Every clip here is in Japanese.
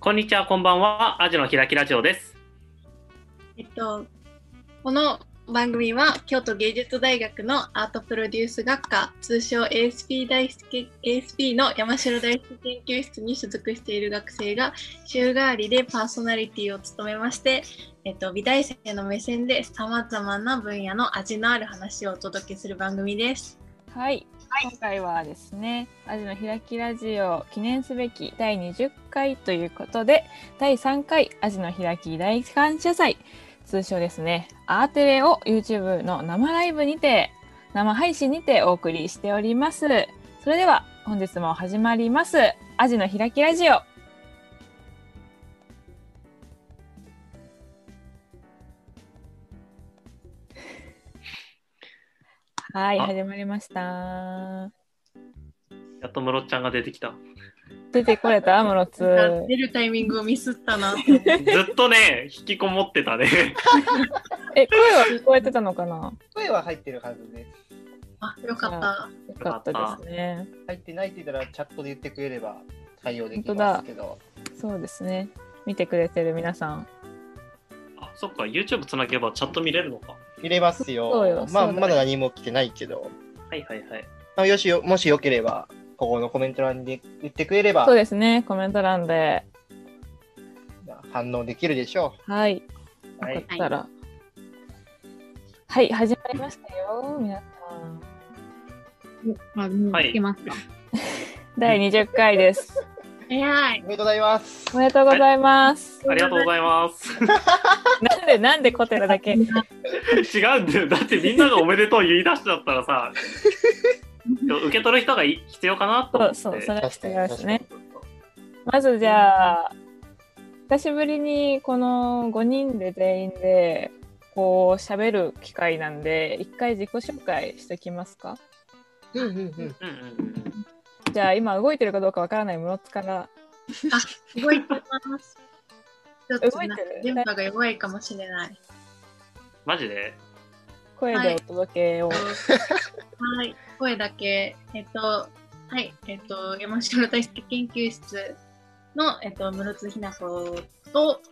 こんにちは、こんばんは。アジの開きラジオです。えっと、この番組は京都芸術大学のアートプロデュース学科通称 ASP, 大輔 ASP の山城大輔研究室に所属している学生が週替わりでパーソナリティを務めまして、えっと、美大生の目線でさまざまな分野の味のある話をお届けする番組です。はい、今回はですね「アジの開きラジオ」記念すべき第20回ということで第3回「アジの開き大感謝祭」通称ですね「アーテレ」を YouTube の生ライブにて生配信にてお送りしておりますそれでは本日も始まります「アジの開きラジオ」はい、あ始まりました。やっとムロちゃんが出てきた。出てこれた、アムロツ。出るタイミングをミスったなって思って。ずっとね、引きこもってたね。え、声は聞こえてたのかな。声は入ってるはずです。あ、よかった。よかったですね。入ってないって言ったらチャットで言ってくれれば対応できますけど。そうですね。見てくれてる皆さん。あ、そっか、YouTube つなげばチャット見れるのか。入れますよ。そうよまあそうだねまだ何も来てないけど。はいはいはい。まあ、よしよもしよければ、ここのコメント欄で言ってくれればそうですね。コメント欄で。反応できるでしょはい。う。はよい。かったら。はい、始まりましたよ、皆さん。あ、もうはいつけますか。第20回です。 早いお。めでとうございます。おめでとうございます。ありがとうございます。なんで、なんでコテラだけ。違うんだよ。だってみんながおめでとう言い出しちゃったらさ、受け取る人がい必要かなと思そっう、て。そう、それは必要ですね。そうそうまずじゃあ、久しぶりにこの5人で全員でこう喋る機会なんで、一回自己紹介してきますか。うんうんうん。うんうんうんじゃあ今動いてるかどうかわからないムロツから。動いてます。ちょっと動いなてる電波が弱いかもしれない。マジで声でお届けを。はい、声だけ、えっと、はい、えっと、山城大輔研究室の、えっと、室津ひな子と、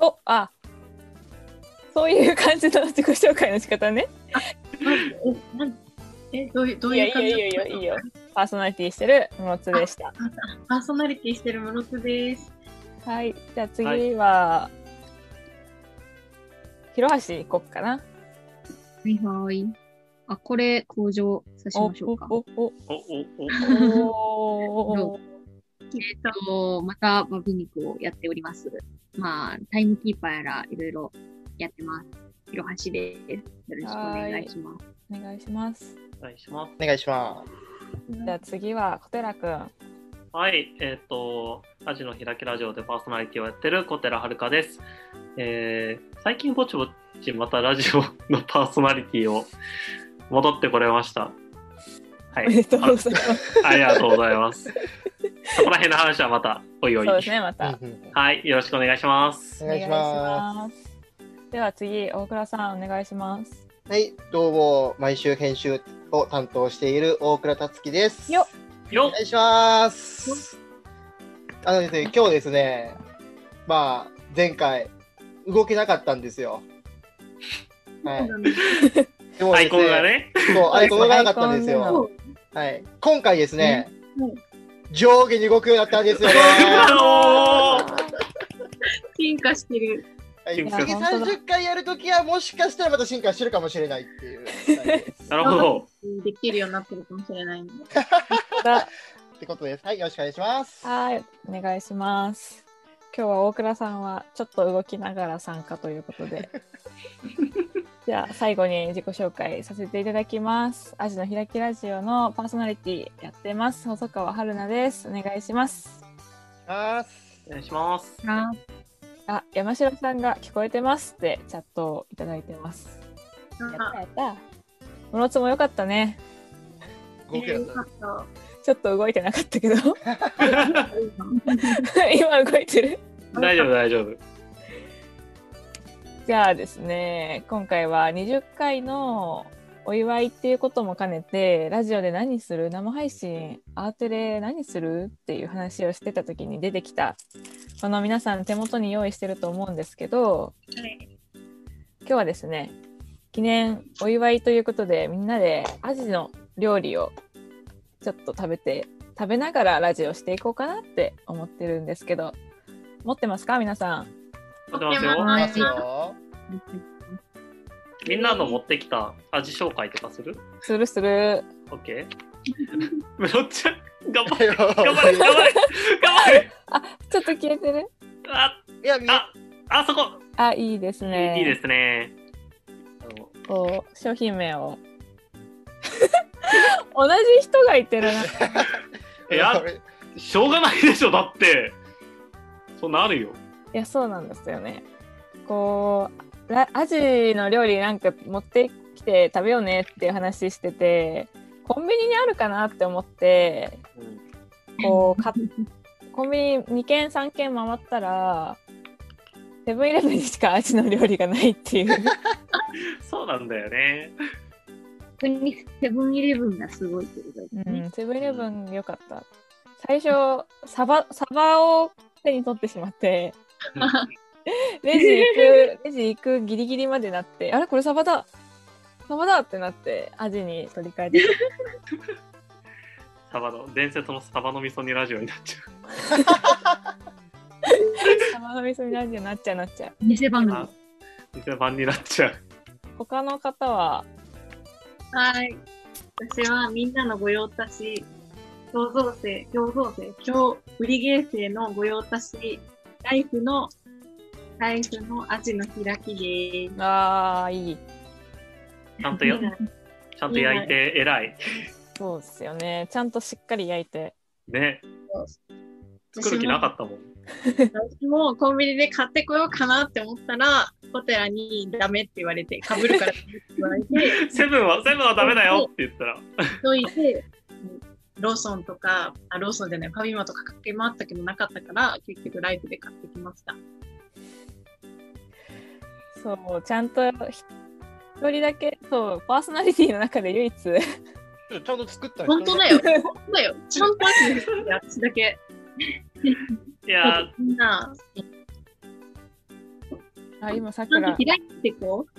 おあそういう感じの自己紹介の仕方ね。まずえ、なんえ、どういう、どういやいいう感やじいやいやいいよ。パーソナリティしてるムロツでした。パーソナリティしてる室津です。はい。じゃあ次は、広橋行こっかな。はいはい。あ、これ登場さしおましょうか。おおおおお おおお。えっ、と、またバビ肉をやっております。まあ、タイムキーパーやらいろいろやってます。広橋です。よろしくお願いします。お願いします。お願いします。お願いします。じゃあ次は小寺くん。はい、えっ、と、アジの開きラジオでパーソナリティをやってる小寺遥です。えー最近ぼちぼちまたラジオのパーソナリティを戻ってこれました。はおめでい、とうございます。あありがとうございます。そこら辺の話はまたおいそおうい。ですね、また。うんうんうんはい、よろしくお願いしますお。願いします。お願いします。では次、大倉さんお願いします。はい、どうも、毎週編集を担当している大倉達樹です。よおよ願いします。あのですね、今日ですね、まあ、前回、動けなかったんですよ。はい。でもアでイすコンが。ね。そう、アイコンが動かなかったんですアイコよ。はい。今回ですねうんうん、上下に動くようになったんで すよね。おー進化してる。はいいや次本当だ30回やるときは、もしかしたらまた進化してるかもしれないっていう。はいなるほど。できるようになってるかもしれないんで。だってことです。はい、よろしくお願いします。はい、お願いします。今日は大倉さんはちょっと動きながら参加ということで。じゃあ最後に自己紹介させていただきます。アジの開きラジオのパーソナリティやってます。細川春菜です。お願いします。ますお願いし ます。ああ、山城さんが聞こえてますってチャットをいただいてます。やったやった。ムロツも良かったね。動けなよかかっった。ちょっと動いてなかったけど。 大今動いてる。丈夫、大丈夫。じゃあですね、今回は20回のお祝いっていうことも兼ねてラジオで何する生配信アーテレ何するっていう話をしてた時に出てきたこの皆さん手元に用意してると思うんですけど今日はですね記念お祝いということでみんなでアジの料理をちょっと食べて食べながらラジオしていこうかなって思ってるんですけど持ってますか皆さん持ってますよ。いますよ。みんなの持ってきた味紹介とかするするする ?OK。ムロちゃん、頑張いれ、や頑張れ、頑張れ、頑張れ。ちょっと消えてるあ、いや、みあ、あそこ。あいいですねいいですね。あのこう商品名を 同じ人がいてるないや俺しょうがないでしょ、だって。そうなるよ。いやそうなんですよねこうラアジの料理なんか持ってきて食べようねっていう話しててコンビニにあるかなって思ってうんこうか コンビニ2軒3軒回ったらセブンイレブンにしかアジの料理がないっていうそうなんだよね。逆にセブンイレブンがすごいってことですうね。んセブンイレブン良かった最初サバサバを手に取ってしまって レジ行 く、レジ行くギリギリまでなって、あれこれサバだサバだってなって、アジに取り替え て。サバの伝説のサバの味噌煮ラジオになっちゃう。サバの味噌になるようになっちゃうなっちゃう。偽番組あ。、店番になっちゃう。他の方は、はい。私はみんなの御用達、共造生、共造生、共売り芸生の御用達、ライフの、ライフのアジの開きです。ああ、いい。ちゃんとや、ちゃんと焼いて偉い。そうですよね。ちゃんとしっかり焼いて。ね。作る気なかったもん。私もコンビニで買ってこようかなって思ったら、ホテラにダメって言われて、かぶるからダメって言われて、セブンは、セブンはダメだよって言ったら。どいて、ローソンとか、あ、ローソンじゃない、ファミマとか駆け回ったけどなかったから、結局ライフで買ってきました。そう、ちゃんとひ一人だけ、そう、パーソナリティの中で唯一、 ちゃんと作った本当だよ。よ、本当だよ。ちゃんとアジの開き私だけ。いやー、みんな、あ、今さちゃくんら と、開いてこう。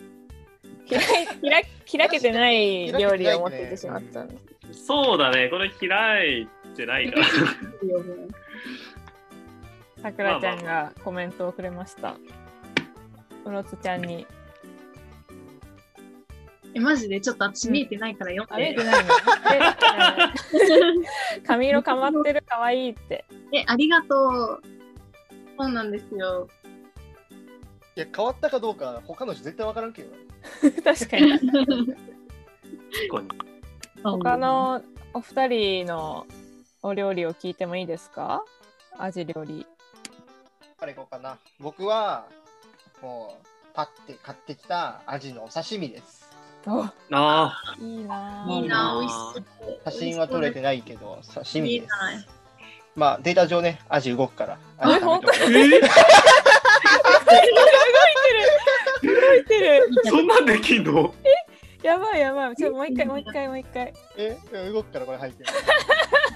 開い開き開けてない料理を持ってきてしまったんでそうだね。これ開いてないから。さくらちゃんがコメントをくれました。うろつちゃんに。え、マジでちょっと私見えてないから読んあれでじ。ゃ ないのえ 髪色かまってるかわいいって。 え、ありがとう。そうなんですよ。いや、変わったかどうか、他の人絶対わからんけど。確かに。結構に他のお二人のお料理を聞いてもいいですかアジ料理。からいこうかな。僕は、もう、パッて買ってきたアジのお刺身です。おああ、いいなぁいいな、美味しそう。写真は撮れてないけど、刺見身えです。ない。まあ、データ上ね、アジ動くから。アジ食べとこう動いてるそんなんできんのやばいやばい。ちょっともう一回もう一回もう一回。え、動くからこれ入ってる。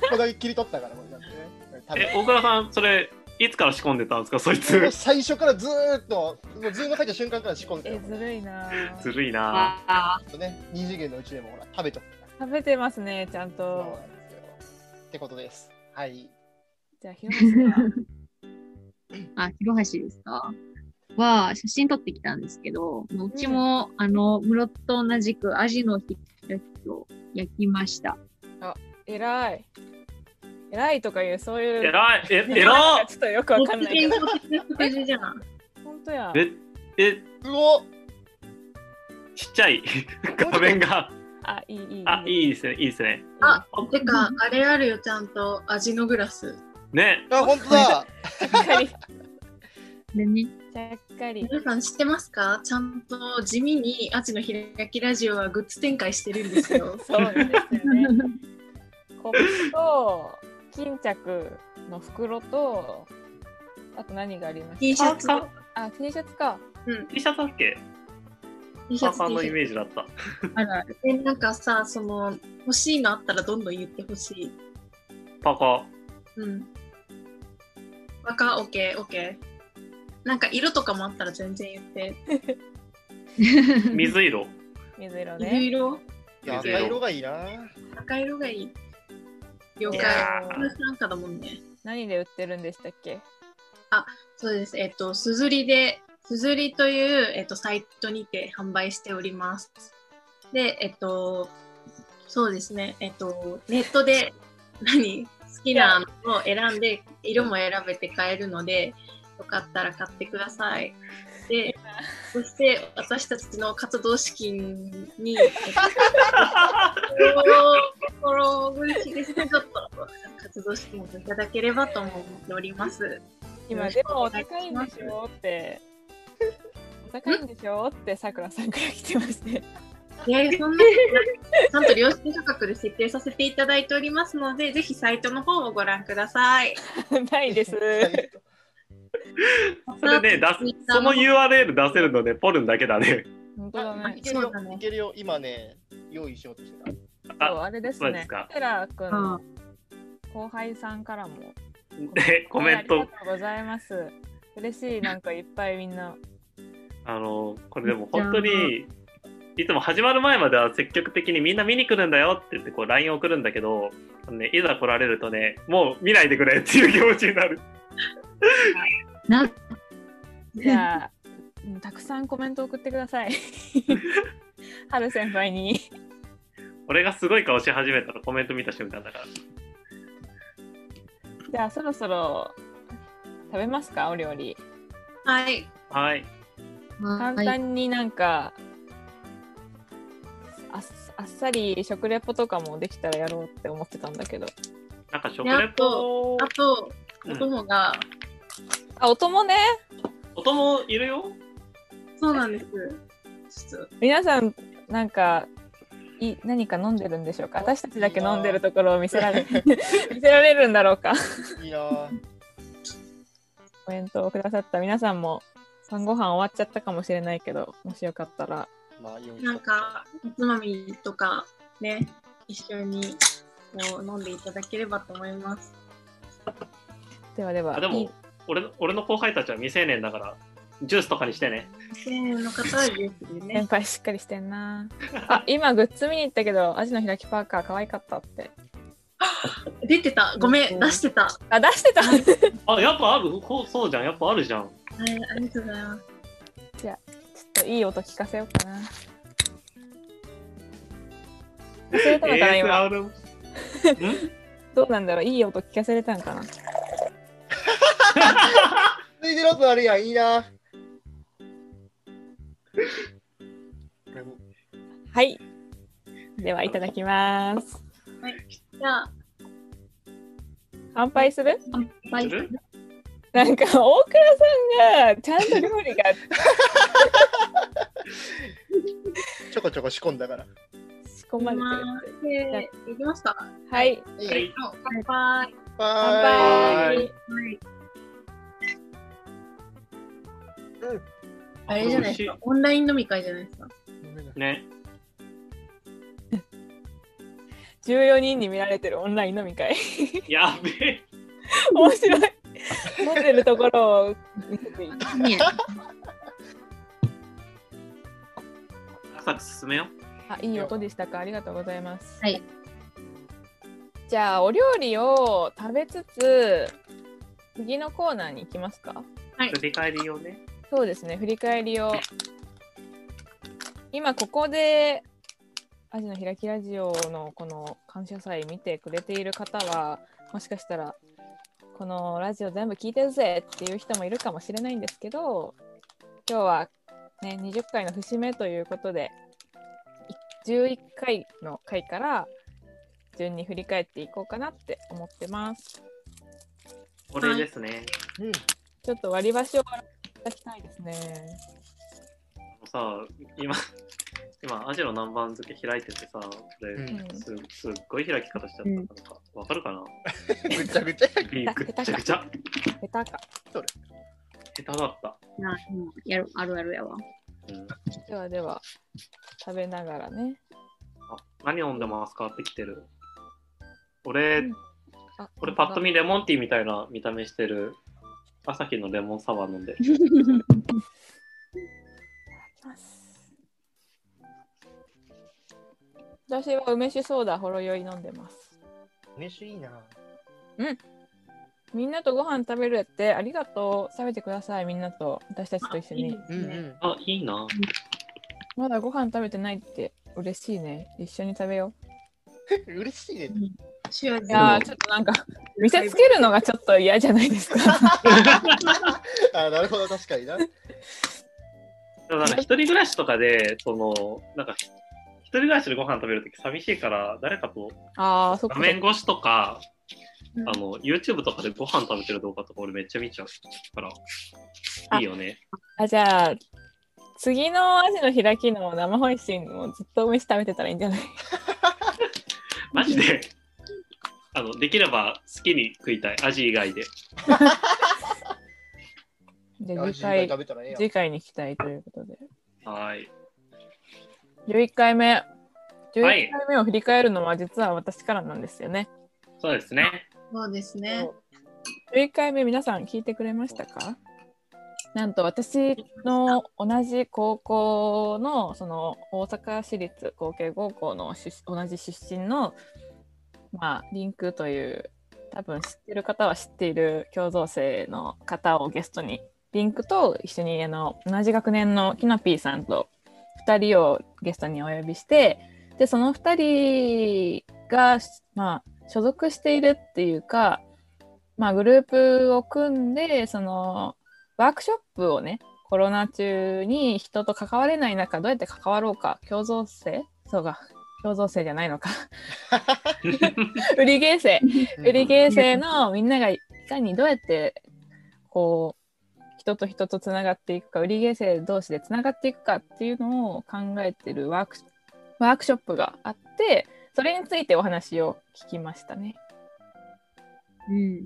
これ切り取ったから、これだってね。食べえ、大倉さん、それ、いつから仕込んでたんですか、そいつ。最初からずーっと、もうズーム入った瞬間から仕込んでたえよ、、ずるいなぁずるいなあちょっとね、二次元のうちでもほら、食べとくから。食べてますね、ちゃんそうと。なんですよ。ってことです。はい。じゃあ、ひろみさんは。あ、広橋ですかは、写真撮ってきたんですけど、うちも、あの、室と同じくアジの開きを焼きました。えらい。えらいとかいう、そういぁ。う。えらい、え、えならんかちょっとよくわかんないけど。食事じゃん。本当や。え、え、うおちっちゃ い画面が。あ、いい、いい。あ、い。いいですね、いいですね。あ、てか、あれあるよ、ちゃんと味のグラス。ね、あ、本当だしっかり。し でね、っかり。皆さん知ってますかちゃんと地味にアジの開きラジオはグッズ展開してるんです 。よそうなんですよね。コップと巾着の袋と、あと何がありま T しシャツあとたあ、T シャツか。 T シャツだっけ T シサャーツさんの T イシャツメージだった。あるある。えなんかさその欲しいのあったらどんどん言ってほしいパーカうんバカオッケーオッケーなんか色とかもあったら全然言ってー、水色。水色水ね。色いや赤色がいいな。赤色がいい了い解やーこ れなんかだもんね何で売ってるんでしたっけそうです。えっと、すずりで、すずりという、えっと、サイトにて販売しております。で、えっと、そうですね。えっと、ネットで 何好きなのを選んで、色も選べて買えるので、よかったら買ってください。で、そして私たちの活動資金に、えっと心苦しいですけど、ちょっと活動資金をいただければとも思っております。今でもお高いんでしょって。お高いんでしょってさくらさんから来てますね。 いやいやそんなこと ないちゃんと良心価格で設定させていただいておりますので、ぜひサイトの方をご覧ください。な いです。それね、出す、その URL 出せるので、ポルンだけだね。本当だあいね。けるよそうだねいけるよ。今ね、用意しようとしてた。そあうあれですそうでねす。かペラ君あの後輩さんからもで、コメンはいあトり。がとうございます。嬉しいなんかいっぱいみんな。あの、これでも本当に、いつも始まる前までは積極的にみんな見に来るんだよって言ってこう LINE 送るんだけど、あのね、いざ来られるとね、もう見ないでくれっていう気持ちになる。 な、じゃあ、 うんたくさんコメント送ってください。はる先輩に。俺がすごい顔し始めたらコメント見た瞬間だから。じゃあそろそろ食べますかお料理。はい。はい。は簡い。単になんか、あっあっさり食レポとかもできたらやろうって思ってたんだけど。なんか食レポ、あと、うおん、供が、あ、お供ね。音もいるよ。そうなんです。ちょっと、皆さん、なんか、い何か飲んでるんでしょうか私たちだけ飲んでるところを見せられ 見せられるんだろうかいいな。コメントをくださった皆さんも晩ご飯終わっちゃったかもしれないけどもしよかったらまあ用意しなんたか、おつまみとか、ね、一緒にこう飲んでいただければと思います。ではではあでいもい俺の、俺の後輩たちは未成年だから、ジュースとかにしてね。せーの方はです先ね。輩しっかりしてんなあ今グッズ見に行ったけどアジの開きパーカー可愛かったって出てた。ごめん、出してた。はあ出してた ちあ、やっぱあるこうそうじゃん。やっぱあるじゃん。い、ありがとうございます。ょっといい音聞かせようかな忘れたのかな今 ASR んどうなんだろういい音聞かせれたんかなついでる音あるやん。いいな。はいではいただきますじゃあ、乾杯するバイするなんか大倉さんがちゃんと料理がちょこちょこ仕込んだから。仕込まれてるってせーいきますか。はいはい。乾杯。乾はーい。杯はい。うんあれじゃないですか。オンライン飲み会じゃないですか。ね。 14人に見られてるオンライン飲み会 やべえ。面白い飲んでるところを見せていいね浅く進めよあいい音でしたかありがとうございますはいじゃあお料理を食べつつ次のコーナーに行きますか振り返りをね。そうですね振り返りを今ここでアジの開きラジオのこの感謝祭見てくれている方はもしかしたらこのラジオ全部聞いてるぜっていう人もいるかもしれないんですけど今日は、ね、20回の節目ということでい11回の回から順に振り返っていこうかなって思ってます。お礼ですね。うん。ちょっと割り箸をいただきたいですね。さ今今アジの南蛮漬け開いててさこれ、うんうんすすっごい開き方しちゃったうんなんかわかるかなぐちゃぐちゃ。いい下手ぐっちゃぐちゃ下手か下手だったなやるあるあるやわ。うんではでは、食べながらね。あ何飲んでますかって来てる。俺、うんあ俺パッと見レモンティーみたいな見た目してる。朝日のレモンサワー飲んでる。私は梅酒ソーダほろ酔い飲んでます。飯いいな。みんなとご飯食べるってありがとう。食べてください、みんなと私たちと一緒に。うんうん。あ、いいな。まだご飯食べてないって嬉しいね。一緒に食べよ嬉しいね。塩味う。いやーちょっとなんか、見せつけるのがちょっと嫌じゃないですか。 あ、なるほど、確かにな。でもなんか一人暮らしとかで、その、なんか、一人暮らしでご飯食べるとき寂しいから、誰かとああ、そっか画。面越しとか、うんあの、YouTube とかでご飯食べてる動画とか俺めっちゃ見ちゃうから、あいいよね。あ、じゃあ、次のアジの開きの生配信もずっと飯食べてたらいいんじゃ ないマジで、あの、できれば好きに食いたい。アジ以外で。で、次あ自分で回、食べたらええやん次回に期待ということで。はい。 11回目。11はい回目を振り返るのは実は私からなんですよね。そうですね。そうですね。 11回目皆さん聞いてくれましたかなんと私の同じ高校のその大阪市立合計高校の出同じ出身の、まあ、リンクという多分知ってる方は知っている共造生の方をゲストにリンクと一緒にあの同じ学年のキナピーさんと2人をゲストにお呼びしてでその2人が、まあ、所属しているっていうか、まあ、グループを組んでそのワークショップをねコロナ中に人と関われない中どうやって関わろうか共造生そうか共造生じゃないのか 売り芸生うん売りゲー生のみんながいかにどうやってこう人と人とつながっていくか売りゲー生同士でつながっていくかっていうのを考えてるワークワークショップがあってそれについてお話を聞きましたね。うん。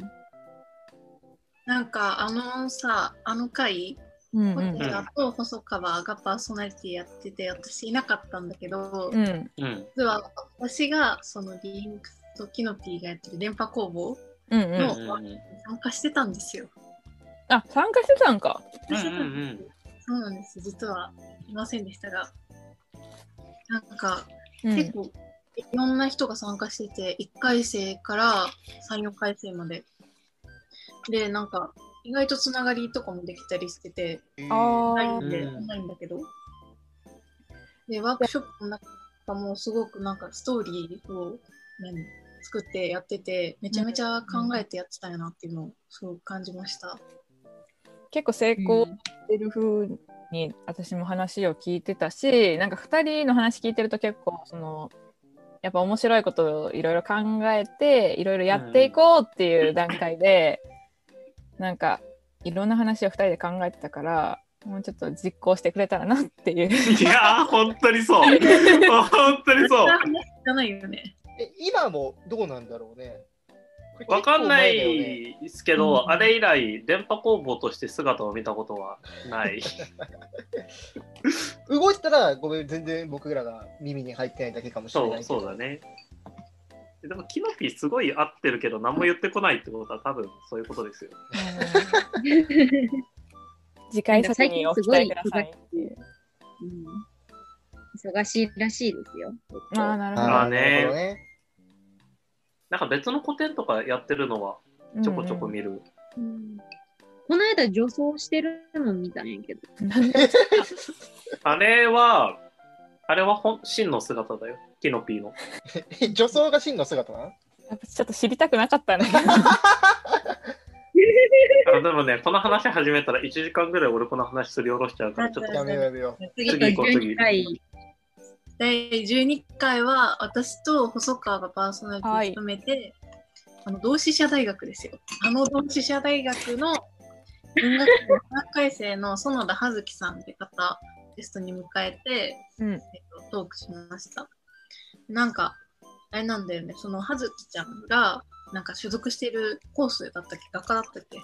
なんかあのさ、あの回、うんうホテんラと細川がパーソナリティやってて、私いなかったんだけど、うんうん。実は私がそのリンクとキノピーがやってる電波工房うんううんん、うんうん参加してたんですよ。あ参加してたんか。うんうんそうなんです。実はいませんでしたが、なんかうん結構いろんな人が参加してて、1回生から3、4回生まで。で、なんか意外とつながりとかもできたりしてて、あないーんで、うんないんだけど。で、ワークショップの中もすごくなんかストーリーを何作ってやってて、めちゃめちゃ考えてやってたんやなっていうのをすごく感じました。結構成功してる風に私も話を聞いてたしなんか2人の話聞いてると結構そのやっぱ面白いことをいろいろ考えていろいろやっていこうっていう段階で、なんかいろんな話を2人で考えてたからもうちょっと実行してくれたらなっていういやー、本当にそう。本当にそう。 じゃないよね。え今もどうなんだろうね。わかんな結構前だよねいですけど、あれ以来、電波工房として姿を見たことはない。動いてたら、ごめん、全然僕らが耳に入ってないだけかもしれそ、ないうけそど。うだね。でも、キノピーすごい合ってるけど、何も言ってこないってことは、多分そういうことですよ。次回作にお期待くださいっていう。うん忙しいらしいですよ。ああーなるほまどあーねなるほどね。なんか別の個展とかやってるのは、ちょこちょこ見る。うんこの間女装してるの見たんやけど。うんうんあれは、あれは本真の姿だよ。キノピーの。え女装が真の姿なのやっぱちょっと知りたくなかった んだけどあでもね、この話始めたら1時間ぐらい俺この話すりおろしちゃうから、ちょっとやめようやめよ次次行こう次12回第12回は私と細川がパーソナリティを務めて、あの同志社大学ですよ。あの同志社大学の文学部3回生の園田葉月さんって方ゲストに迎えて、うんえっと、トークしました。なんかあれなんだよね、その葉月ちゃんがなんか所属しているコースだったっけ、学科だったっけ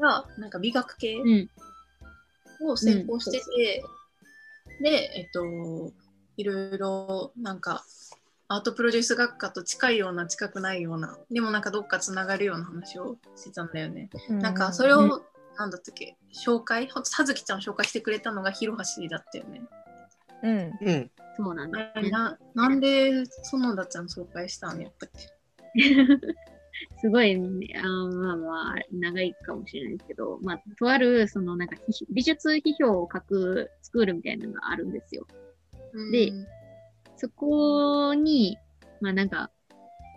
がなんか美学系うん。を専攻してて、で、えっと、いろいろなんかアートプロデュース学科と近いような近くないようなでもなんかどっかつながるような話をしてたんだよね。なんかそれを、なんだったっけ紹介ほんと葉月ちゃんを紹介してくれたのが広橋だったよね。うんうん。そうなんだ、あれななんで園田ちゃん紹介したのやったっけすごい、ね、あーまあまあ、長いかもしれないですけど、まあ、とある、その、なんか、批美術批評を書くスクールみたいなのがあるんですよ。でうんそこに、まあなんか、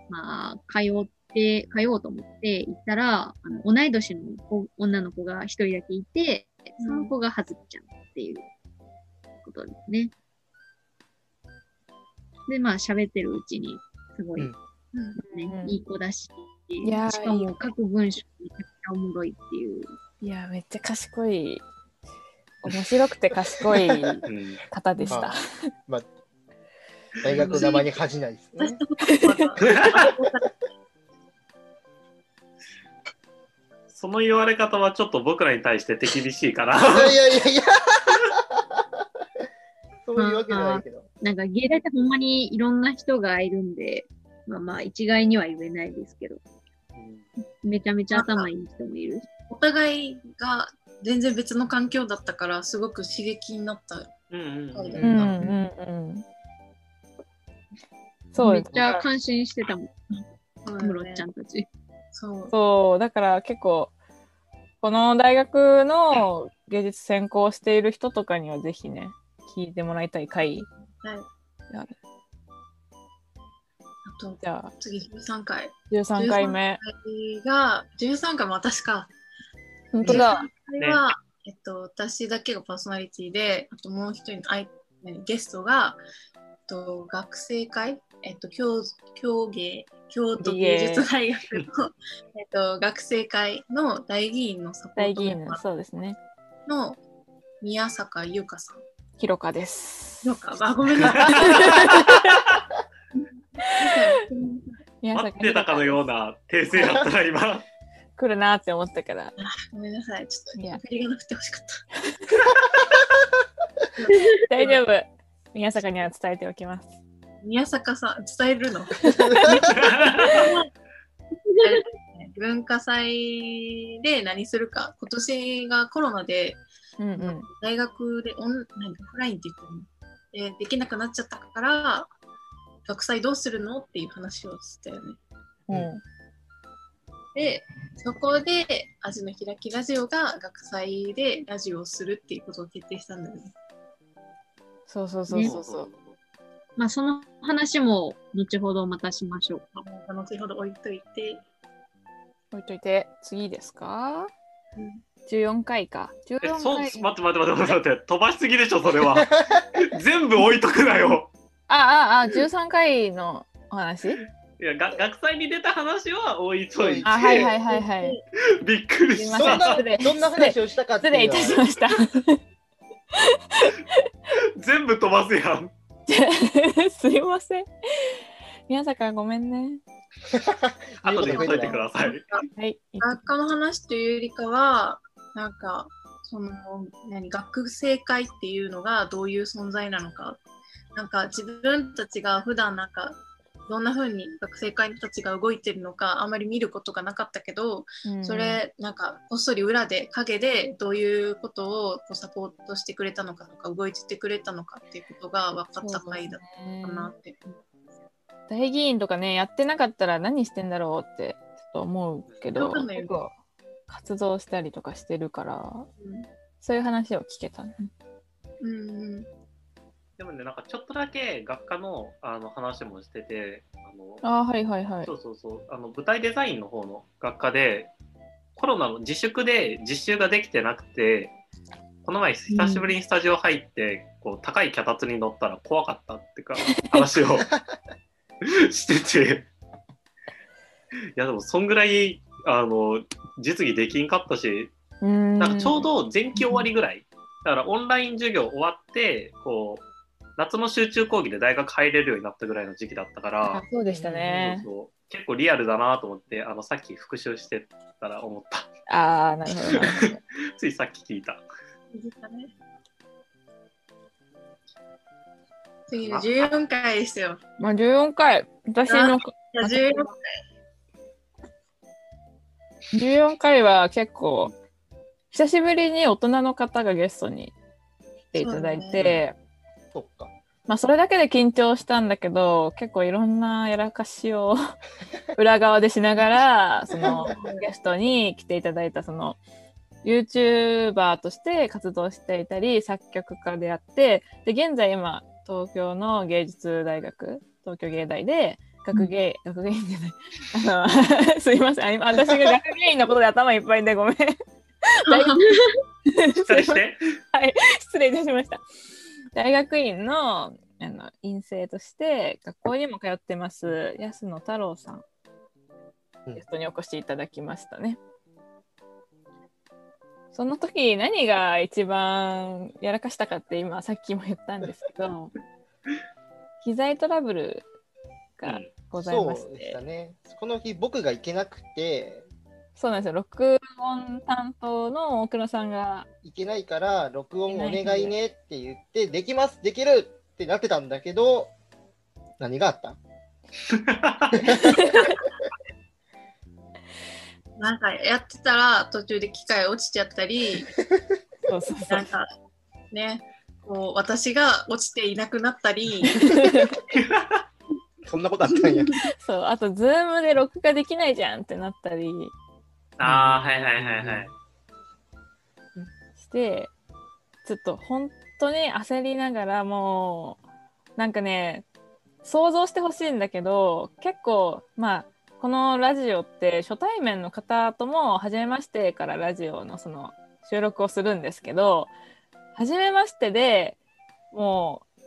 まあ、通って、通おうと思って行ったら、あの同い年の子女の子が一人だけいて、うんその子がはずきちゃんっていうことですね。で、まあ喋ってるうちに、すごい、うねんうんいい子だし、やーしかも書く文章めちゃくちゃおもろいっていう。いやめっちゃ賢い面白くて賢いうん方でした。大学の名前に恥じないですね。その言われ方はちょっと僕らに対して手厳しい から。いやいやいやいや。そういうわけじゃないけど。なんか芸大ってほんまにいろんな人がいるんで、まあまあ一概には言えないですけど、めちゃめちゃ頭いい人もいるし。お互いが全然別の環境だったからすごく刺激になった。うんうんうんうんうんうん。そうめっちゃ感心してたもん、ムロちゃんたち。そう。そうだから結構この大学の芸術専攻している人とかにはぜひね聞いてもらいたい回はい。あるあとじゃあ次13回13回目が13回も私か。本当だこれは、えっと、私だけがパーソナリティで、あともう一人のあいゲストが、えっと、学生会、えっと、京京芸京都芸術大学の、 えっと、学生会の大議員のサポ大ート議メ員ンのバそうですねーの宮坂優香さん。ひろかです優香あ、ごめんなさい。宮待坂ってたかのような訂正だったら今。来るなって思ったからごめんなさい。ちょっいと、ゆやかりがなくて欲しかった。大丈夫宮坂には伝えておきます宮坂さん、伝えるの 文化祭で何するか、今年がコロナでうんうん大学でオンなんかオフラインって言ってるのでできなくなっちゃったから、学祭どうするのっていう話をしたよね。うんで、そこで、アジの開きラジオが学祭でラジオをするっていうことを決定したんだよね。そうそうそうそうそう、まあその話も後ほどまたしましょう か。後ほど置いといて、置いといて次ですかうん14回かえ14そう回待って待って待って待って待って飛ばしすぎでしょそれ は 全部置いとくなよあああ13回のおい話やが学祭に出た話は置いといてあはいはいはいはいびっくりしすいまどたんな失礼どんな話をしたかって失いうのは礼いたしました。 全部飛ばすやんすいません。宮坂ごめんね。 後で言っといてくださいはい。学科の話というよりかはなんかその何学生会っていうのがどういう存在なのかなんか自分たちが普段なんかどんな風に学生会の人たちが動いてるのかあまり見ることがなかったけどうんそ。れなんかこっそり裏で陰でどういうことをこうサポートしてくれたのかとか動いててくれたのかっていうことが分かった回だっそうですねたかなって。大議員とかねやってなかったら何してんだろうってちょっと思うけどわかんないよ結構活動したりとかしてるからうんそういう話を聞けたね。うんうんでもねなんかちょっとだけ学科のあの話もしててあのあーはいはいはいそ。うそうそうあの舞台デザインの方の学科でコロナの自粛で実習ができてなくてこの前久しぶりにスタジオ入って、こう高い脚立に乗ったら怖かったってか話 をしてていやでもそんぐらいあの実技できんかったしうんなんかちょうど前期終わりぐらい、だからオンライン授業終わってこう夏の集中講義で大学入れるようになったぐらいの時期だったから。あそうでしたね。そうそう結構リアルだなと思ってあのさっき復習してたら思った ああなるほどなるほど。ついさっき聞いたいいですかね次の14回ですよ。まあ、14回。私のいや14回14回は結構、久しぶりに大人の方がゲストに来ていただいそうだて、そっか。まあそれだけで緊張したんだけど結構いろんなやらかしを 裏側でしながら そのゲストに来ていただいたその YouTuber として活動していたり作曲家であってで現在今東京の芸術大学東京芸大で学芸、学芸員じゃないあの すいませんあ今私が学芸員のことで頭いっぱいでごめん大学 失礼して。失礼いたしました。大学院のあの院生として学校にも通ってます安野太郎さんうんゲストにお越しいただきましたね。その時何が一番やらかしたかって今さっきも言ったんですけ ど機材トラブルがございましそうでてしたね。この日、僕が行けなくて、そうなんですよ録音担当の大黒さんが行けないから、録音お願いねって言って、できます、できるってなってたんだけど、何があったなんかやってたら途中で機械落ちちゃったり、そうそうそなんうかね、こう私が落ちていなくなったり、そんなことあった んや。そうあとズームで録画できないじゃんってなったり。ああ、はいはいはいはい。してちょっと本当に焦りながらもうなんかね想像してほしいんだけど結構まあこのラジオって初対面の方とも初めましてからラジオのその収録をするんですけど初めましてでもう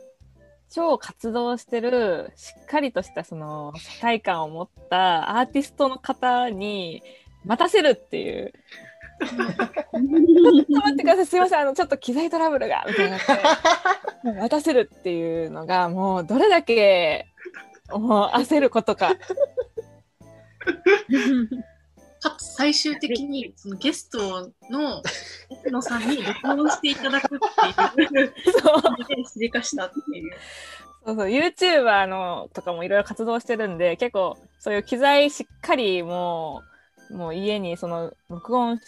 超活動してるしっかりとしたその世界観を持ったアーティストの方に待たせるっていうちょっと待ってください、すみません、あのちょっと機材トラブルがみたいになって、もう渡せるっていうのが、もうどれだけもう焦ることか、かつ最終的にそのゲストの奥野さんに録音していただ くっていうそう感じで静かしたっていう。そうそう、YouTuber のとかもいろいろ活動してるんで、結構そういう機材しっかりもう、もう家にその録音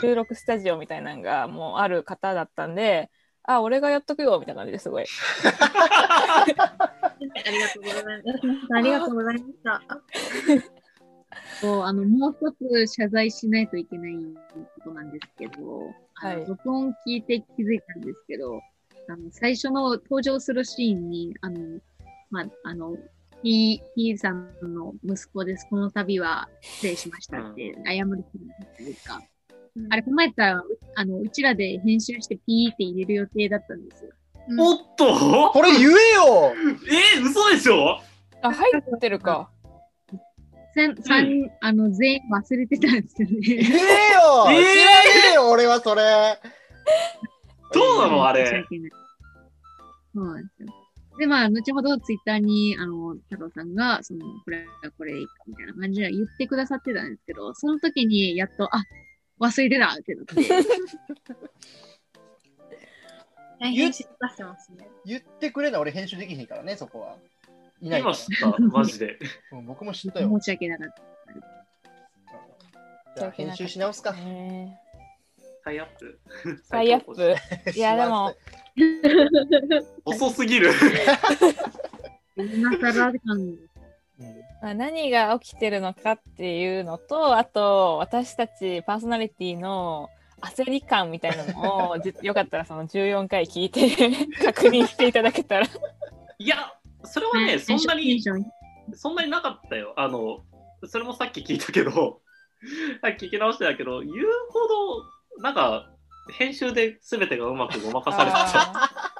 収録スタジオみたいなのがもうある方だったんで、あ、俺がやっとくよみたいな感じですごいありがとうございます。あありりががととううございました。そうあのもう一つ謝罪しないといけないことなんですけど、あのはい録音聞いて気づいたんですけど、あの最初の登場するシーンに、あの、まあ、あの、P, P さんの息子です、この度は失礼しましたって、謝る気になったんですか。あれ、このやったら、うあの、うちらで編集して P って入れる予定だったんですよ。おっとこれ言えよえー、嘘でしょあ、入ってるか。せん三人、あの、全員忘れてたんですよね。言えよえー 知らねえよ、俺はそれ。どうなのあ申しれ。訳ないそうなんですよ。で、まあ、後ほどツイッターに、あの、太郎さんが、その、これはこれいいかみたいな感じで言ってくださってたんですけど、その時にやっと、あ、忘れてたってなって、大変静かしてますね。言ってくれな俺編集できへんからね、そこは。いない今から知った、マジで。うん僕も知ったよ申。し訳なかった。じゃあ編集し直すか。ねタイアップ。タイアップ。 いや、でも。遅すぎる。今更感うんまあ、何が起きてるのかっていうのとあと私たちパーソナリティの焦り感みたいなの をじよかったらその14回聞いて確認していただけたらいや、それはね、そんなテンにシ、ョンそんなになかったよ。あの、それもさっき聞いたけど、 さっき聞き直してたけど、言うほど、なんか、編集で全てがうまくごまかされてた。あ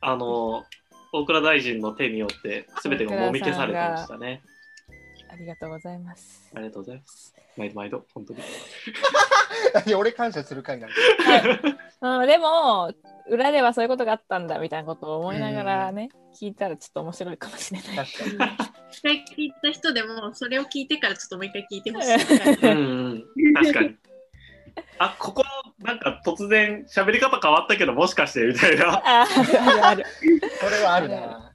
あの、大倉大臣の手によって全てがもみ消されてましたね。ーありがとうございますありがとうございます。毎度毎度、本当に。いや俺感謝する会なんだ。うん、でも裏ではそういうことがあったんだみたいなことを思いながらね聞いたらちょっと面白いかもしれない確かに。一回聞いた人でも、それを聞いてからちょっともう一回聞いてほしうい。んうん、確かに。あ、ここ、なんか突然喋り方変わったけど、もしかしてみたいな。あーあるあるそれはあるな。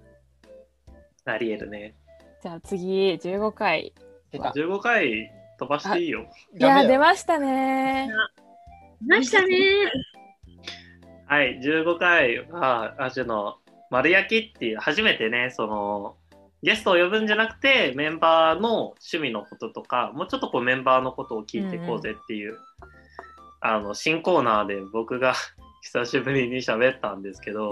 ありえるね。じゃあ次、15回。出た。 15回飛ばしていいよ。いやー、ダメ出よましたね。ましたね。はい、15回は、アジュの丸焼きっていう、初めてね、その、ゲストを呼ぶんじゃなくて、メンバーの趣味のこととか、もうちょっとこうメンバーのことを聞いていこうぜっていう、あの、新コーナーで僕が 久しぶりに喋ったんですけ ど、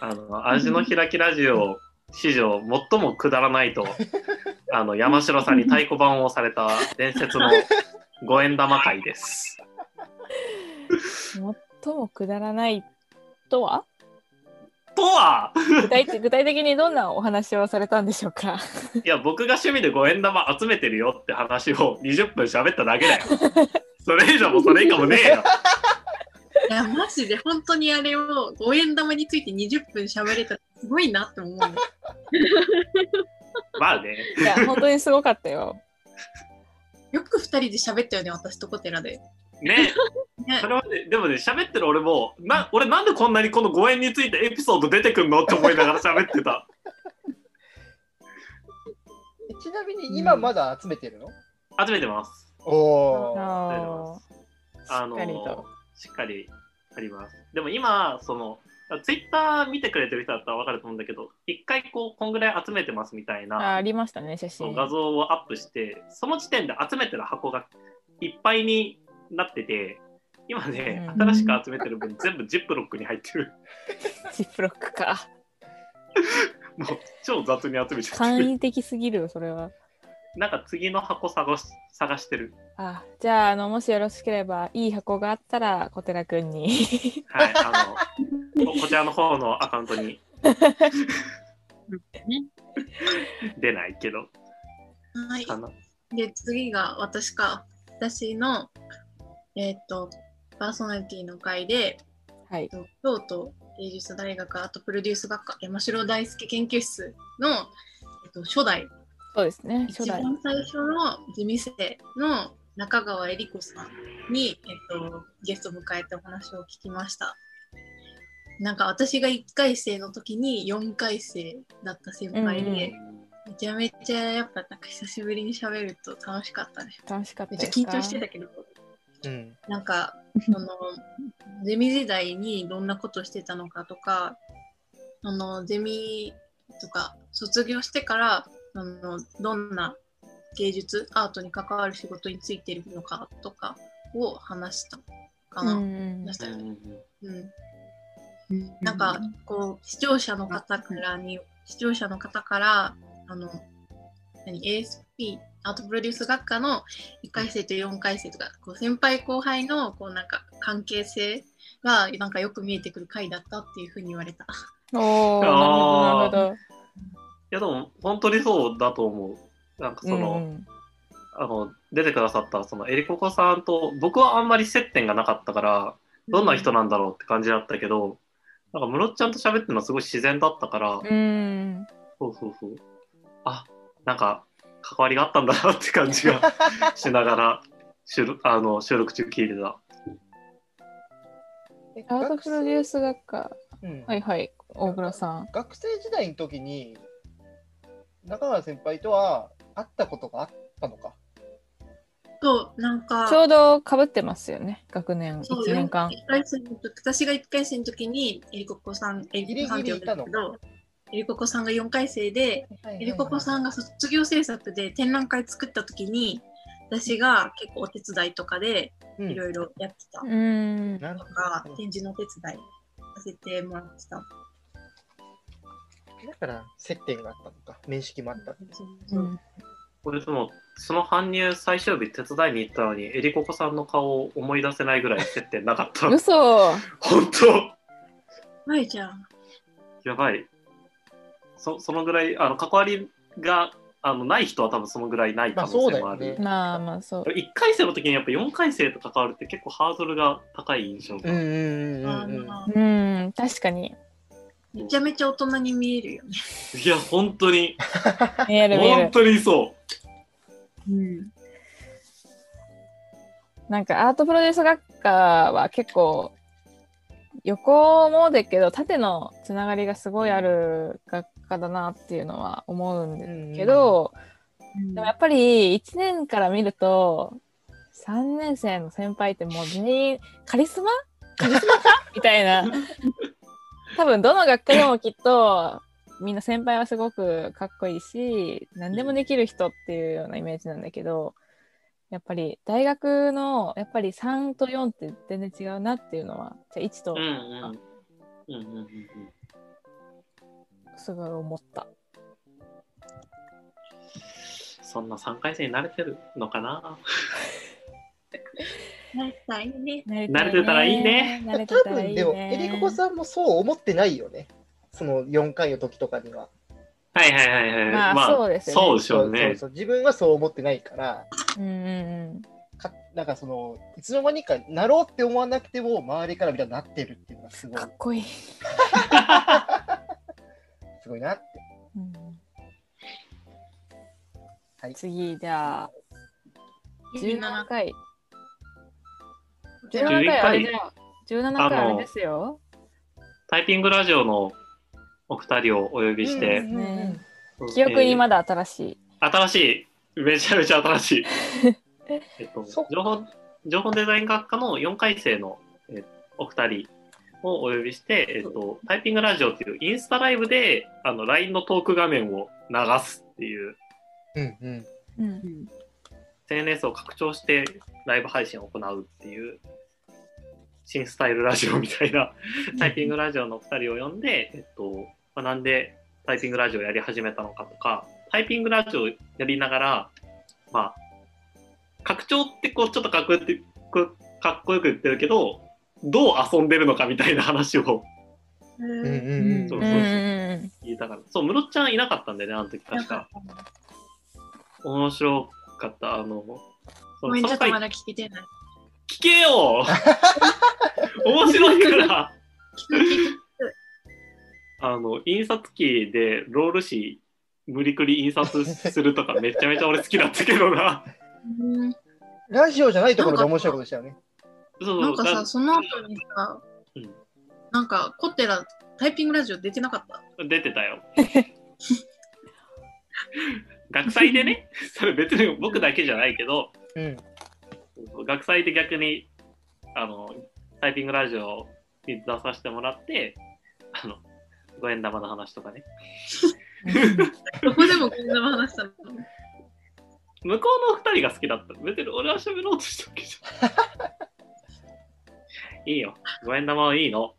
あの、アジュの開きラジオ史上最もくだらない と、あの、山城さんに太鼓判をされた伝説の五円玉会です。最もくだらないとは とは具体的具体的にどんなお話をされたんでしょうかいや、僕が趣味で五円玉集めてるよって話を20分喋っただけだよ。それ以上もそれ以下もねえよ。いや、マジで本当にあれを五円玉について20分喋れたらすごいなって思う。まあね。いや本当にすごかったよ。よく二人で喋ったよね、私と小寺で。ね。ねそれはね、でもね、喋ってる俺も、な俺なんでこんなにこの五円についてエピソード出てくんのって思いながら喋ってた。ちなみに今まだ集めてるの、集めてます。おおー。集めてます。あのしっかりとしっかりあります。でも今、その、ツイッター見てくれてる人だったら分かると思うんだけど、一回こう、こんぐらい集めてますみたいな。あありましたね写その真。画像をアップして、その時点で集めてる箱がいっぱいになってて、今ね、うん新しく集めてる分、全部ジップロックに入ってる。 ジップロックか。もう超雑に集めちゃって簡る。易的すぎるそれは。なんか次の箱探し探して る。あじゃああのもしよろしければいい箱があったら小寺くんに はい、あの、ここちらの方のアカウント にね出ないけど、はい。かな。で、次が私か。私の、えーっと、パーソナリティの会で、はいえっと京都芸術大学アートプロデュース学科山城大輔研究室の、えっと、初代そうですね初一代番最初の地味生の中川恵理子さんに、えっと、ゲストを迎えてお話を聞きましたなんか私が1回生の時に4回生だった先輩で、うんうんめちゃめちゃやっぱなんか久しぶりに喋ると楽しかったね楽しかっためっちゃです緊か。張してたけどうん。なん かそのゼミ時代にどんなことしてたのかとかあのゼミとか卒業してからあのどんな芸術アートに関わる仕事についてるのかとかを話したかな。うん話したよねうんななんかこう視聴者の方からに視聴者の方からあの何 ASP アートプロデュース学科の1回生と4回生とかこう先輩後輩のこうなんか関係性がなんかよく見えてくる回だったっていうふうに言われた。おおなるほどなるほど。いや、でも、本当にそうだと思う。なんかその、うんあの出てくださったそのエリココさんと僕はあんまり接点がなかったからどんな人なんだろうって感じだったけど、なんかムロちゃんと喋ってるのはすごい自然だったから、うんうんそうそうそうあなんか関わりがあったんだなって感 じがしながら収録あの収録中聞いてたアートプロデュース学科うんはいはい大黒さん。学生時代の時に中川先輩とは会ったことがあったのか。となんかちょうどかぶってますよね学年そう1年間。一回生の時私が1回生の時にえりここさんえりここさんって呼んだけギリギリいたどえりここさんが4回生でえりここさんが。が卒業制作で展覧会作った時に私が結構お手伝いとかでういんろいろやってたとうんなるほか、ど。展示のお手伝いさせてもらってた。だから接点があったのか、面識もあった。うんこれでもその搬入最終日手伝いに行ったのにエリココさんの顔を思い出せないぐらい接点なかった嘘本当はいじゃん。やばい。そそのぐらい、あの関わりがあのない人は多分そのぐらいない可能性もある。ままあまあそう。 1回生の時にやっぱ4回生と関わるって結構ハードルが高い印象うが。んうんうんあうんうん。のうん確かにめちゃめちゃ大人に見えるよね。いや、本当に、見える見える本。当にそうん。なんかアートプロデュース学科は結構横もだけど縦のつながりがすごいある学科だなっていうのは思うんですけど、でもやっぱり1年から見ると3年生の先輩ってもう全員カリスマカリスマかみたいな多分どの学科でもきっとみんな先輩はすごくかっこいいし何でもできる人っていうようなイメージなんだけどやっぱり大学のやっぱり3と4って全然違うなっていうのはじゃあ1とうんうんうんうんうんうんすごい思った。そんな3回生に慣れてるのかななんかいいね。慣慣れてたらいいね。慣れて多たらいいね。分でもエリココさんもそう思ってないよねその4回の時とかにははいはいはいはい。まあそうですよねそうでしょうそうね。そう自分はそう思ってないからうんうんかなんかそのいつの間にかなろうって思わなくても周りからみんななってるっていうのがすうごん。いかっこいい。すごいなってうんはい次じゃあ17 17回。 17 17回あれじゃあ17回あれですよ。タイピングラジオのお二人をお呼びして、うんうんうんね記憶にまだ新しい。えー新しい、めちゃめちゃ新し い。えっとそっか、情報情報デザイン学科の4回生の、えーお二人をお呼びして、えっと、タイピングラジオっていうインスタライブであの LINE のトーク画面を流すっていううんうんうんうん。 SNS を拡張してライブ配信を行うっていう新スタイルラジオみたいなタイピングラジオの2人を呼んで、えっとまあなんでタイピングラジオやり始めたのかとかタイピングラジオやりながら、まあ、拡張ってこうちょっとかっこよくかっこよく言ってるけどどう遊んでるのかみたいな話をうんうんうんそううん うんうん聞いたからそうムロちゃんいなかったんだよねあの時確か面白かったあのそごのめん、ちそょのっと回まだ聞けてない。聞け よ面白いから聞く聞く。あの印刷機でロール紙無理くり印刷するとかめちゃめちゃ俺好きだったけどなうんラジオじゃないところで面白いことしたよね そうなんかさ、だその後にさうん、なんかコテラタイピングラジオ出てなかった。出てたよ 学祭でねそれ別に僕だけじゃないけどうん学祭で逆にあのタイピングラジオに出させてもらってあの五円玉の話とかねそこでもこんな話したの。向こうの二人が好きだった。別に俺は喋ろうとしたわけじゃん。 いいよ。五円玉はいいの。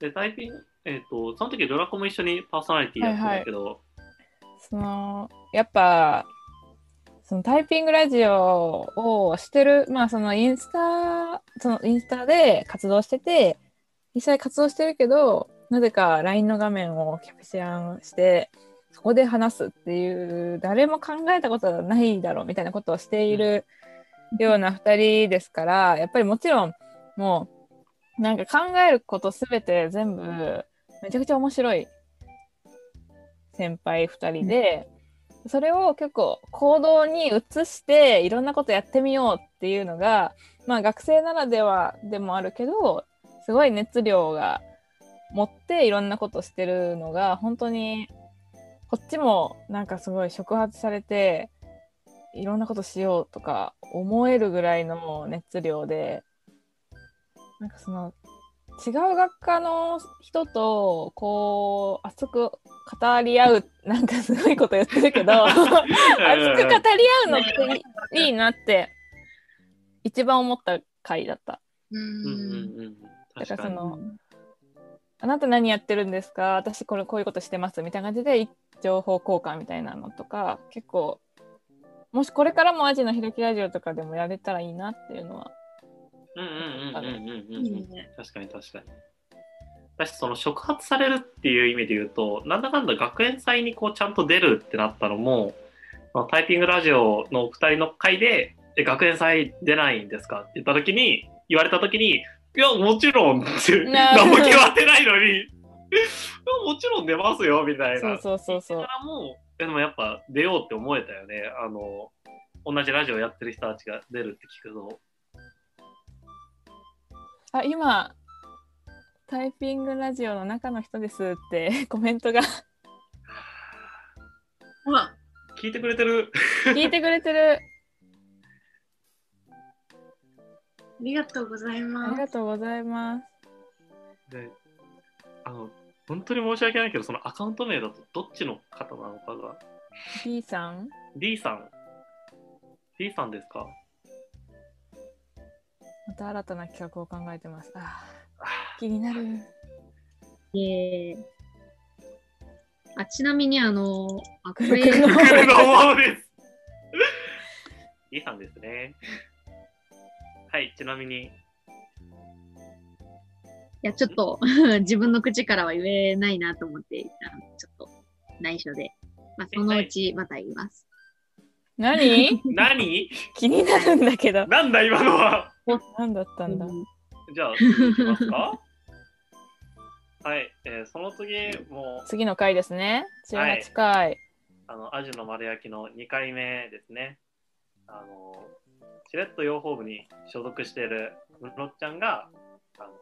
で、タイピング、えっ、と、その時ドラコも一緒にパーソナリティやってたんだけど、そのやっぱそのタイピングラジオをしてるまあそのインスタそのインスタで活動してて実際活動してるけどなぜか LINE の画面をキャプションしてそこで話すっていう誰も考えたことはないだろうみたいなことをしているような2人ですからやっぱりもちろんもうなんか考えることすべて全部めちゃくちゃ面白い先輩2人で、それを結構行動に移していろんなことやってみようっていうのが、まあ、学生ならではでもあるけどすごい熱量が持っていろんなことしてるのが本当にこっちもなんかすごい触発されていろんなことしようとか思えるぐらいの熱量でなんかその違う学科の人とこう熱く語り合うなんかすごいこと言ってる けど熱く語り合うのっていいなって一番思った回だった。ううんうんん。うん。だか確らかそに。のあなた何やってるんですか私これこういうことしてますみたいな感じで情報交換みたいなのとか結構もしこれからもアジの開きラジオとかでもやれたらいいなっていうのはうんうんうんうんうんいうんい。ね。確かに確かに。私その触発されるっていう意味で言うとなんだかんだ学園祭にこうちゃんと出るってなったのもまあタイピングラジオのお二人の会で「え学園祭出ないんですか?」って言った時に言われた時に「いやもちろん」ってな何も決まってないのに いや「もちろん出ますよ」みたいな。そうそうそうそだうからもうでもやっぱ出ようって思えたよねあの同じラジオやってる人たちが出るって聞くとあ、今、タイピングラジオの中の人ですって コメント がほら、聞いてくれてる。聞いてくれてる。ありがとうございありまがす。とうございます。で、あの、本当に申し訳ないけど、そのアカウント名だとどっちの方なのかが。 B さん D さん。D さんですかまた新たな企画を考えてます。ああー気になる。 えーあちなみに、あの、あこれ、来る のー来るの方です。D さんですね。はい、ちなみに、いや、ちょっと 自分の口からは言えないなと思って、あのちょっと内緒で、まあ、そのうちまた言います。何何気になるんだけど。なんだ今のは 何だったんだ。うんじゃあ、次いきます かはい、えーその次、もう、次の回ですね。はい18回。あの、アジの丸焼きの2回目ですね。あの、しれっと養蜂部に所属しているムロちゃんが、あの、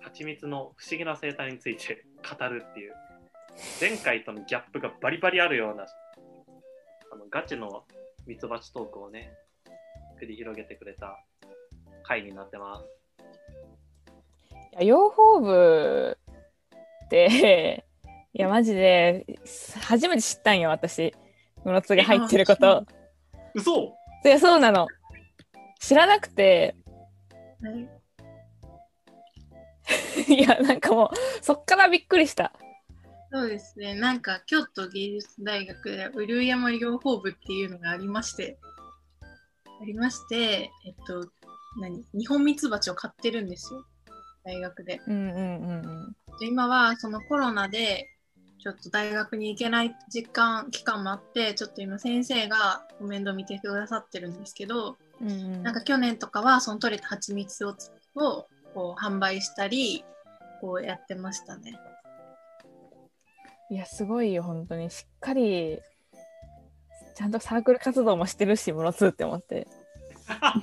蜂蜜の不思議な生態について 語るっていう、前回とのギャップがバリバリあるような、あの、ガチのミツバチトークをね、繰り広げてくれた回になってます。いや養蜂部って、 いや、マジで、初めて知ったんよ、私。室津が入ってるこあと。嘘いや、そうなの。知らなくて、 はいいや、なんかもう、そっからびっくりした。そうですね、なんか京都芸術大学で潤山養蜂部っていうのがありまして、ありまして、えっと、何、日本ミツバチを買ってるんですよ、大学で。うんうんうんで今はそのコロナでちょっと大学に行けない時間期間もあってちょっと今先生が面倒見てくださってるんですけどうん。うんうんなんか去年とかはその取れた蜂蜜ををこう販売したりこうやってました ね。いや、すごいよ、本当に。しっかり、ちゃんとサークル活動もしてるし、室津って思って。サー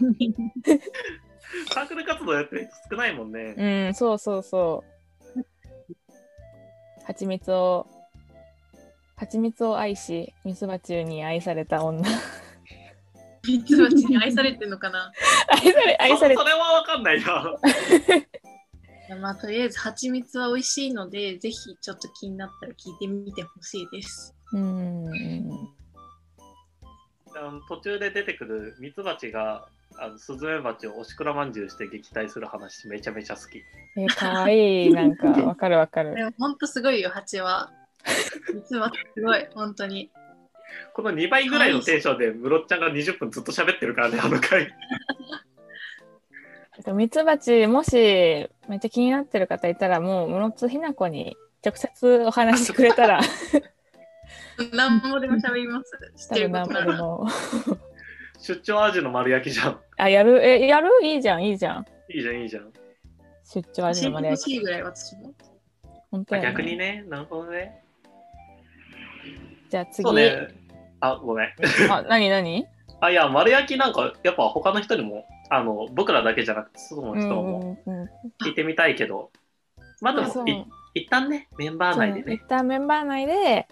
クル活動やってる人少ないもんね。うん、そうそうそう。蜂蜜を、蜂蜜を愛し、ミツバチに愛された女。 ミツバチに愛されてるのかな愛され、愛されそ、それはわかんないな。いや まあとりあえず蜂蜜は美味しいのでぜひちょっと気になったら聞いてみてほしいです。うん。あの途中で出てくるミツバチがあのスズメバチをおしくらまんじゅうして撃退する話めちゃめちゃ好き。えー、か わいい、なんか、わかるわかでる。もほんとすごいよ蜂は。ミツバチすごい本当に。この2倍ぐらいのテンションでムロちゃんが20分ずっと喋ってるからね、あの 回。ミツバチ、もし、めっちゃ気になってる方いたら、もう、室津ひな子に直接お話してくれ たら、何もでも喋り ます。知っ多てる分こと何なぼでら。も。出張アジの丸焼きじゃん。あ、やる、え、やるいいじゃん、いいじゃん。いいじゃん、いいじゃん。出張アジ教えのてマリほアしいぐらい 私も。本当あや、ね、逆にね、なるほどね。じゃあ次。そうね。あ、ごめん。あ、なになにあ、いや、丸焼きなんか、やっぱ他の人にも、あの僕らだけじゃなくて、外の人もうんうん聞いてみたいけど、まあでそうも、い一旦ね、メンバー内でそう一ね。旦メンバー内で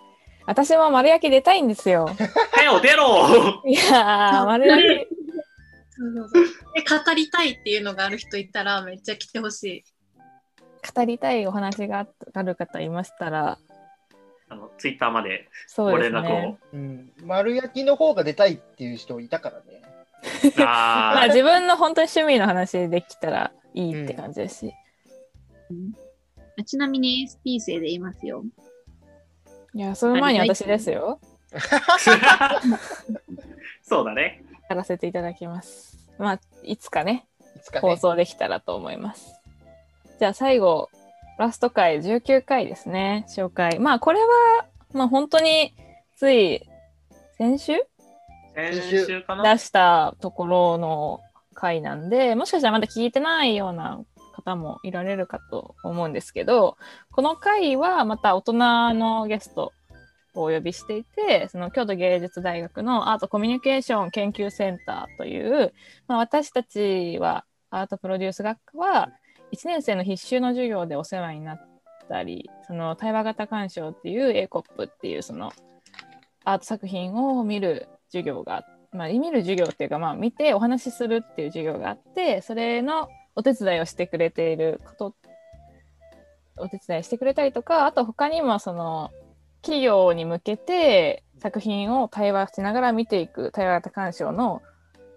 私も丸焼き出たいんですよ。早よ出ろいやー丸焼きそうそうそうで語りたいっていうのがある人いたらめっちゃ来てほしい。語りたいお話がある方いましたらあの、ツイッターま でそうごです連絡を。ね。うん、丸焼きの方が出たいっていう人いたからね。あ まあー自分の本当に趣味の話できたらいいって感じですし、あちなみに SP 生でいます よ。いやその前に私ですよ そうだね。やらせていただきます。まあいつかねいつか放ね。送できたらと思います。じゃあ最後、ラスト回、19回ですね、紹介。まあこれは、まあ本当につい先週先週かな出したところの回なんで、もしかしたらまだ聞いてないような方もいられるかと思うんですけど、この回はまた大人のゲストをお呼びしていて、その京都芸術大学のアートコミュニケーション研究センターという、まあ、私たちはアートプロデュース学科は1年生の必修の授業でお世話になったりその対話型鑑賞っていう A コップっていうそのアート作品を見る授業がまあ、見る授業っていうか、まあ、見てお話しするっていう授業があってそれのお手伝いをしてくれていることお手伝いしてくれたりとかあと他にもその企業に向けて作品を対話しながら見ていく対話型鑑賞の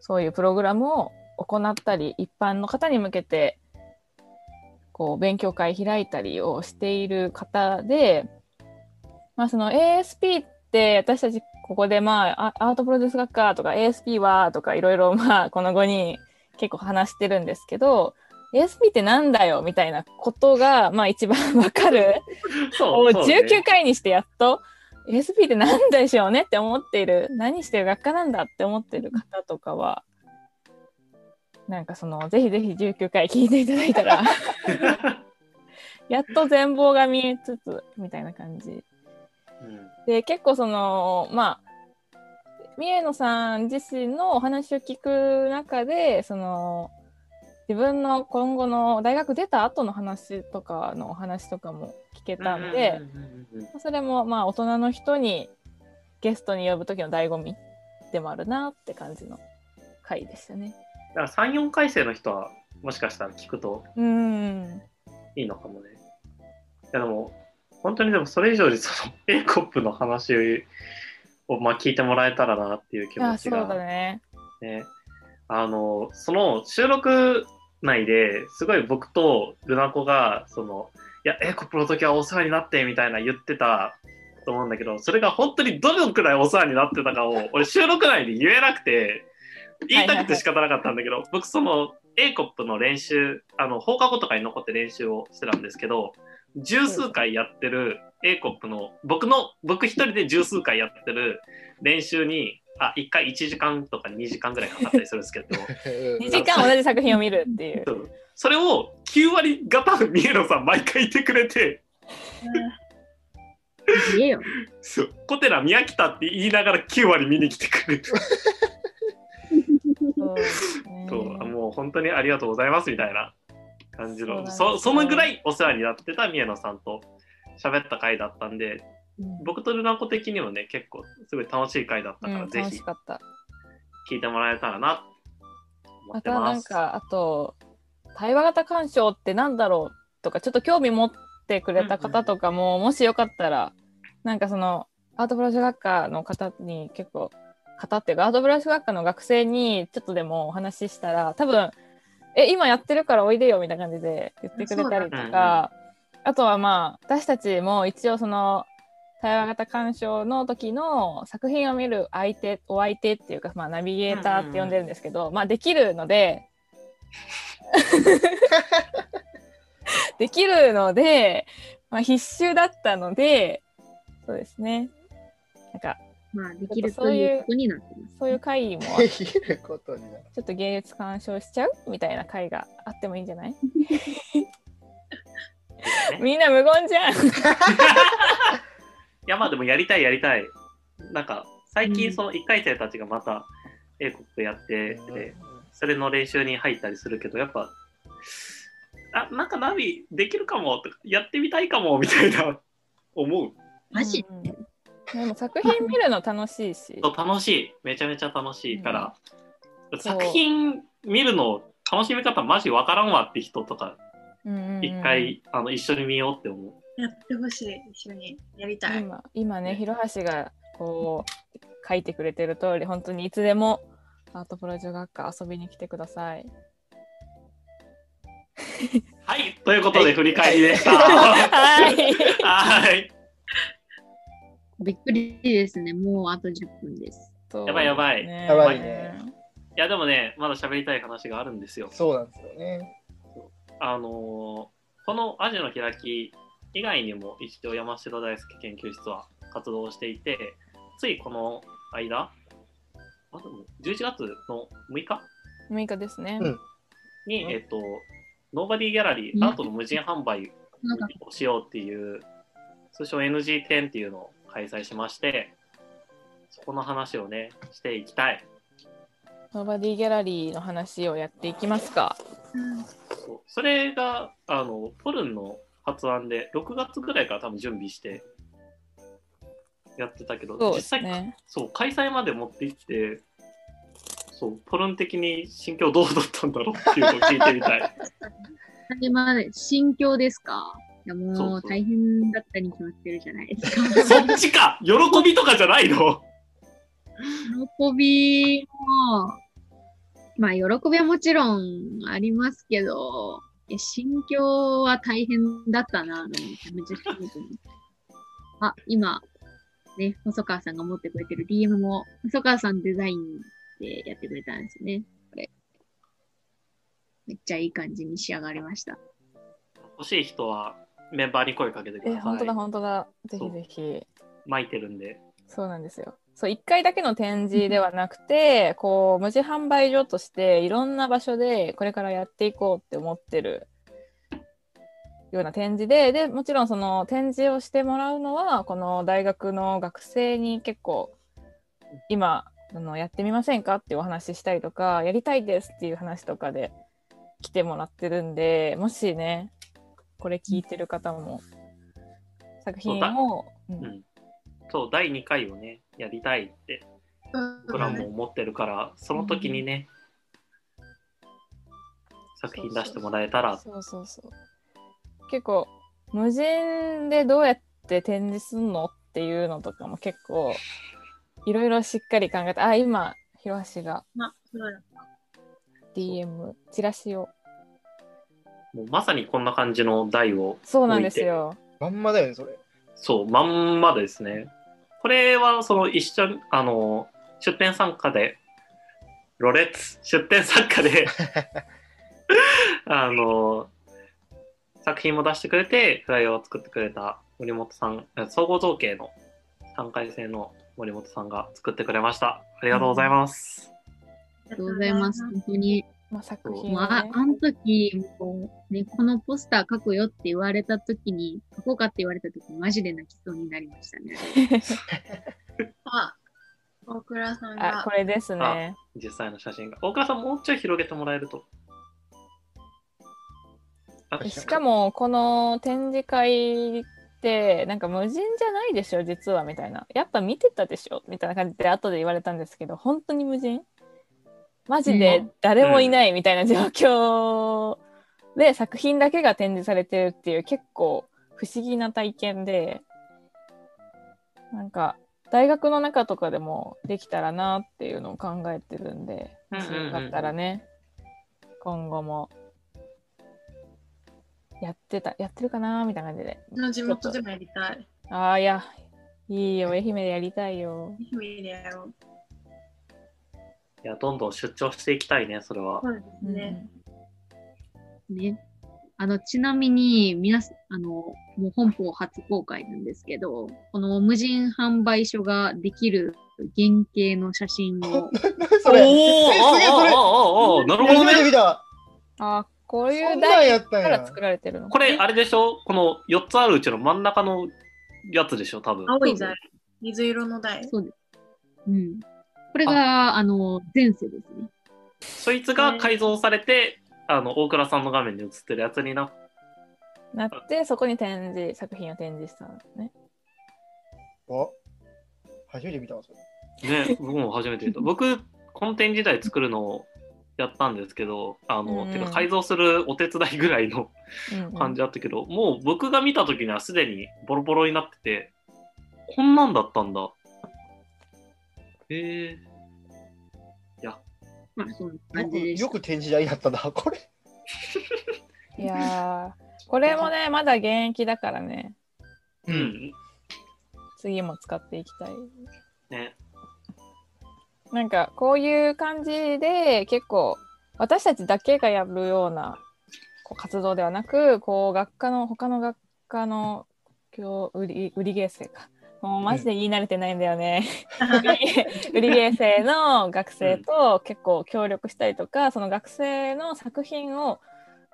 そういうプログラムを行ったり一般の方に向けてこう勉強会開いたりをしている方で、まあ、その ASP って私たちここでまあアートプロデュース学科とか ASP はとかいろいろ まあこの5人結構話してるんですけど ASP ってなんだよみたいなことがまあ一番 わかるもそううそうね19回にしてやっと ASP ってなんでしょうねって思っている何してる学科なんだって思ってる方とかはなんかそのぜひぜひ19回聞いていただいた らやっと全貌が見えつつみたいな感じうんで結構そのまあ三重野さん自身のお話を聞く中でその自分の今後の大学出た後の話とかのお話とかも聞けたんで、うんうんうんうんそれもまあ大人の人にゲストに呼ぶ時の醍醐味でもあるなって感じの回でしたね。だから3、4回生の人は、もしかしたら聞くとうんいいのかもね。いやでも、本当にでもそれ以上にその A コップの話を、まあ、聞いてもらえたらなっていう気いや持そちうが、だね。ね、あのその収録内ですごい僕とルナ子がそのいやエコプロの時はお世話になってみたいな言ってたと思うんだけどそれが本当にどのくらいお世話になってたか を俺収録内で言えなくて言いたくて仕方なかったんだけど、僕その A コップの練習あの放課後とかに残って練習をしてたんですけど十数回やってる A コップの僕の僕一人で十数回やってる練習にあ1回1時間とか2時間ぐらいかかったりするん ですけど2時間同じ作品を見るって いうそ。うそれを9割方三重野さん毎回いてくれて言えよ。そう小寺宮北って言いながら9割見に来てくれて、そうですねそうあもう本当にありがとうございますみたいな感じのそうなんそ,、ですそよのぐらいお世話になってた三重野さんと喋った回だったんでうん僕とルナ子的にもね結構すごい楽しい回だったから、うんぜ楽ひしかった。聞いてもらえたらなと思まってたなまんす。かあと対話型鑑賞ってなんだろうとかちょっと興味持ってくれた方とかも、もしよかったらなんかそのアートブラシュ学科の方に結構方っていうかアートブラシュ学科の学生にちょっとでもお話ししたら多分「え今やってるからおいでよ」みたいな感じで言ってくれたりとそうかだ、あとはまあ私たちも一応その対話型鑑賞の時の作品を見る相手お相手っていうか、まあ、ナビゲーターって呼んでるんですけど、まあできるのでできるので、まあ、必修だったのでそうですねなんかまあ、できるということになってます。そういう会もできることになる。ちょっと芸術鑑賞しちゃうみたいな会があってもいいんじゃ ないみんな無言じゃんいやまあでもやりたいやりたい。なんか最近その1回生たちがまた英国やってて、それの練習に入ったりするけどやっぱあなんかナビできるかもとかやってみたいかもみたいな思うマジうんでも作品見るの楽しいしと楽しいめちゃめちゃ楽しいから、作品見るの楽しみ方マジわからんわって人とか一一回、あの一緒に見ようって思う。やってほしい、一緒にやりたい。今今ね広橋がこう書いてくれてる通り本当にいつでもアートプロジェクト学科遊びに来てください。はいということで振り返りでした。 はい。はいびっくりですね。もうあと10分です。やばいやばいねやばいね。いやでもねまだ喋りたい話があるんですよ。そうなんですよね。あのーこのアジの開き以外にも一応山城大輔研究室は活動をしていてついこの間あでも11月の6日6日ですね。うんに、うんえっと、ノーバディギャラリうんーアートの無人販売なんか、をしようっていう通称 NG 展っていうのを開催しましてそこの話をねしていきたいノーバディギャラリーの話をやっていきますか。そうそれがあのポルンの発案で6月ぐらいから多分準備してやってたけど、そうで実す際、ね。そう開催まで持ってきてそうポルン的に心境どうだったんだろうっていうのを聞いてみた い今、心境ですかいやそもううそう大変だったに決まってるじゃないですか。 そっちか喜びとかじゃないの喜びも、まあ、喜びはもちろんありますけど、いや心境は大変だったな、あのめちゃめちゃシンプルにあ、今、ね、細川さんが持ってくれてる DM も、細川さんデザインでやってくれたんですね。これ。めっちゃいい感じに仕上がりました。欲しい人はメンバーに声かけてくえ、ださ本当だ、い本当だ。ぜひぜひ。巻いてるんでそうなんですよ。そう1回だけの展示ではなくてこう無地販売所としていろんな場所でこれからやっていこうって思ってるような展示ででもちろんその展示をしてもらうのはこの大学の学生に結構今あのやってみませんかっていうお話ししたりとかやりたいですっていう話とかで来てもらってるんでもしねこれ聞いてる方も作品を、うんうんそう第2回をねやりたいって僕らも思ってるからその時にね、作品出してもらえたらそうそうそう結構無人でどうやって展示すんのっていうのとかも結構いろいろしっかり考えてあ今広橋がまあ、そうだ DM チラシをもうまさにこんな感じの台をそうなんですよまんまだよね、それ。そうまんまですねこれはその一緒にあの出店参加でロレッツ出店参加であの作品も出してくれてフライヤーを作ってくれた森本さんえ総合造形の3回生の森本さんが作ってくれましたありがとうございます、ありがとうございます。本当に。まあ、作そう品もうをあねあの時、もうね、このポスター書くよって言われた時に、書こうかって言われた時、マジで泣きそうになりましたね。あ、大倉さんあがこれですね実際の写真が。大倉さん、もうちょい広げてもらえると。あしかもこの展示会ってなんか無人じゃないでしょ実はみたいなやっぱ見てたでしょみたいな感じで後で言われたんですけど本当に無人マジで誰もいないみたいな状況で作品だけが展示されてるっていう結構不思議な体験でなんか大学の中とかでもできたらなっていうのを考えてるんでうんうんもしうんうんよかったらね今後もやってたやってるかなみたいな感じでうちの地元でもやりたい。ああいやいいよ愛媛でやりたいよ愛媛でやろう。いや、どんどん出張していきたいね、それは。そうですね。ね。あの、ちなみに、皆さん、あの、もう本邦初公開なんですけど、この無人販売所ができる原型の写真を、それ。おーえすげえそれおーおーおーおーなるほど初めてね。見た。あこういそうんなん題やったんからや。作られてるのこれ、あれでしょこの4つあるうちの真ん中のやつでしょ多分。青い台、水色の台。そうです。うん。これが、あの、前世ですね。そいつが改造されて、あの、大倉さんの画面に映ってるやつにななってそこに展示作品を展示したんですねお初めて見たわ、それ。ね、僕も初めて見 た。僕、この展示台作るのをやったんですけど、あの、うんうんてか改造するお手伝いぐらいのうんうん感じだったけど、もう僕が見た時にはすでにボロボロになっててこんなんだったんだへえまあ、そんなよ感くじでした。よく展示台だったな、これ。いやーこれもねまだ現役だからねう。ん、次も使っていきたいねなんかこういう感じで結構私たちだけがやるようなこう活動ではなくこう学科の他の学科の教売り売り芸生かもうマジで言い慣れてないんだよね。売り芸生の学生と結構協力したりとか、その学生の作品を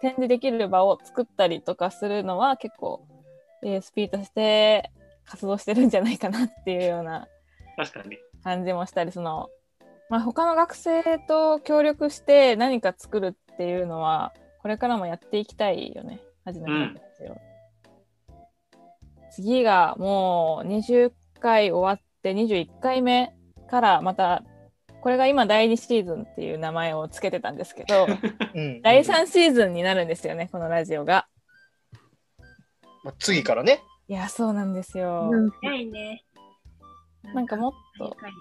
展示できる場を作ったりとかするのは結構 ASP として活動してるんじゃないかなっていうような確かに感じもしたりその、まあ、他の学生と協力して何か作るっていうのはこれからもやっていきたいよね。初めてなんですよ。次がもう20回終わって21回目からまた、これが今第2シーズンっていう名前をつけてたんですけ ど、うん第3シーズンになるんですよね、このラジオが。まあ次からね。いや、そうなんですよ。うん早いね。なんかもっと短い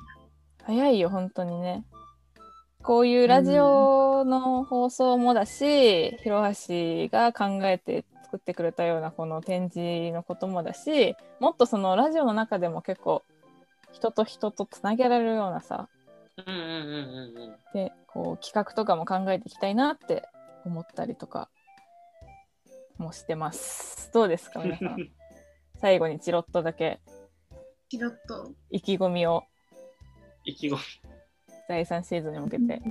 な早いよ本当にねこういうラジオの放送もだし、広橋が考えて作ってくれたようなこの展示のこともだしもっとそのラジオの中でも結構人と人とつなげられるようなさうんうんうんうんうん。でこう企画とかも考えていきたいなって思ったりとかもしてますどうですか皆さ ん最後にチロッとだけチロッと意気込みを 意気込み。第3シーズンに向けて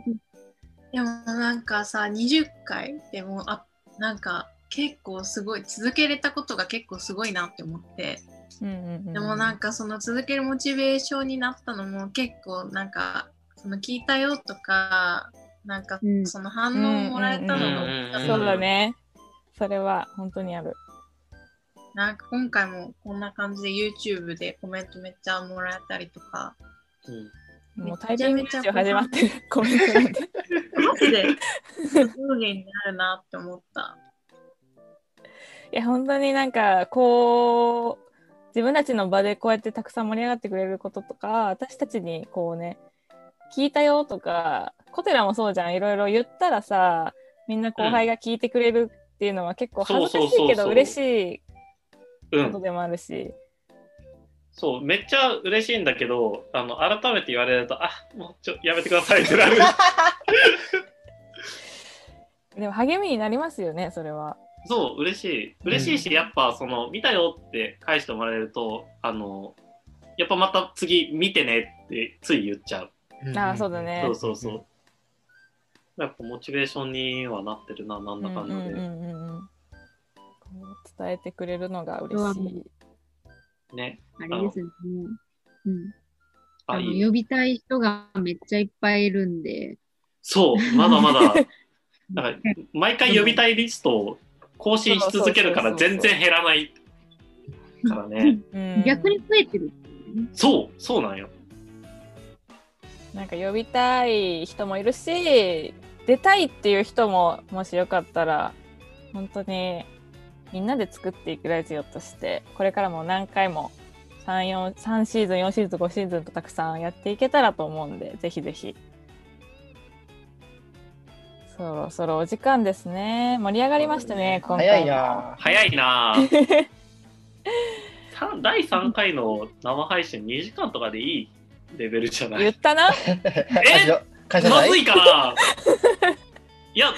でもなんかさ20回でもあなんか結構すごい続けれたことが結構すごいなって思って うんうんうんでもなんかその続けるモチベーションになったのも結構なんかその聞いたよとかなんかうんその反応をもらえたのが大きかったそうだね。それは本当にある。なんか今回もこんな感じで YouTube でコメントめっちゃもらえたりとかうんもうタイピングラジオ始まってる。コメントなんで。マジで上下になるなって思った。いや、本当になんか、こう、自分たちの場でこうやってたくさん盛り上がってくれることとか、私たちにこうね、聞いたよとか、コテラもそうじゃん。いろいろ言ったらさ、みんな後輩が聞いてくれるっていうのは結構恥ずかしいけそうそうそうそどう嬉しいうことん、でもあるし。そうめっちゃ嬉しいんだけどあの改めて言われるとあもうちょやめてくださいってなるでも励みになりますよね、それは。そう嬉しい嬉しいし、やっぱその見たよって返してもらえるとあのやっぱまた次見てねってつい言っちゃう、ああ、そうだ。ね。そうそうそうやっぱモチベーションにはなってるななんだかんだで、うんうんうんうんうんこう伝えてくれるのが嬉しい。ねあれですね。もううん。ああいの、い呼びたい人がめっちゃいっぱいいるんで。そうまだま だなんか毎回呼びたいリストを更新し続けるからそうそうそ全うそう然減らないから ねうん逆に増えてるっていうね。そうそうなんよなんか呼びたい人もいるし出たいっていう人ももしよかったら本当にみんなで作っていくラジオとしてこれからも何回も 3, 4 3シーズン4シーズン5シーズンとたくさんやっていけたらと思うんでぜひぜひそろそろお時間ですね盛り上がりましたね今回早いな。早いなぁ さん第3回の生配信2時間とかでいいレベルじゃな言っいたなえ会社なまいずいか ないや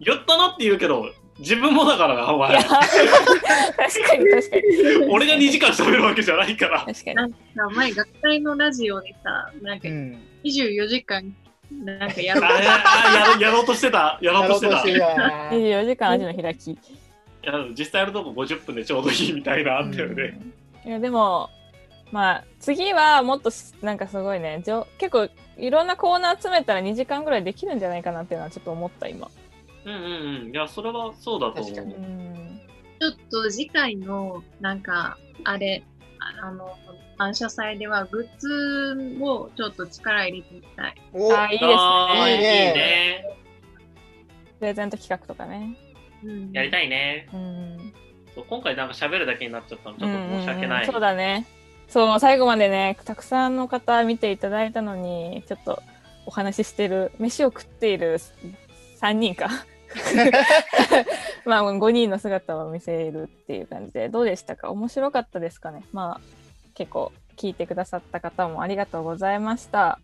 言ったなって言うけど自分もだからなおいや前確かに確かに俺が2時間喋るわけじゃない から確かになんか前学会のラジオでさなんかうん。 24時間なんかやあるあやろやろうとしてたやろうとしてたやろうとして24時間味の開きいいや実際やるとこ50分でちょうどいいみたいなあったよね、やでもまあ次はもっとしなんかすごいねじょ結構いろんなコーナー詰めたら2時間ぐらいできるんじゃないかなっていうのはちょっと思った今うん、うんうんいやそれはそうだと思確かうにうんちょっと次回のなんかあれああの感謝祭ではグッズをちょっと力入れてみたい。おあい いですあーねいいいいねプレゼント企画とかねうんやりたいねうんそう今回なんか喋るだけになっちゃったのちょっと申し訳ない、うんうんうんそうだねそう最後までねたくさんの方見ていただいたのにちょっとお話ししてる飯を食っている3人かまあ5人の姿を見せるっていう感じでどうでしたか面白かったですかねまあ結構聞いてくださった方もありがとうございました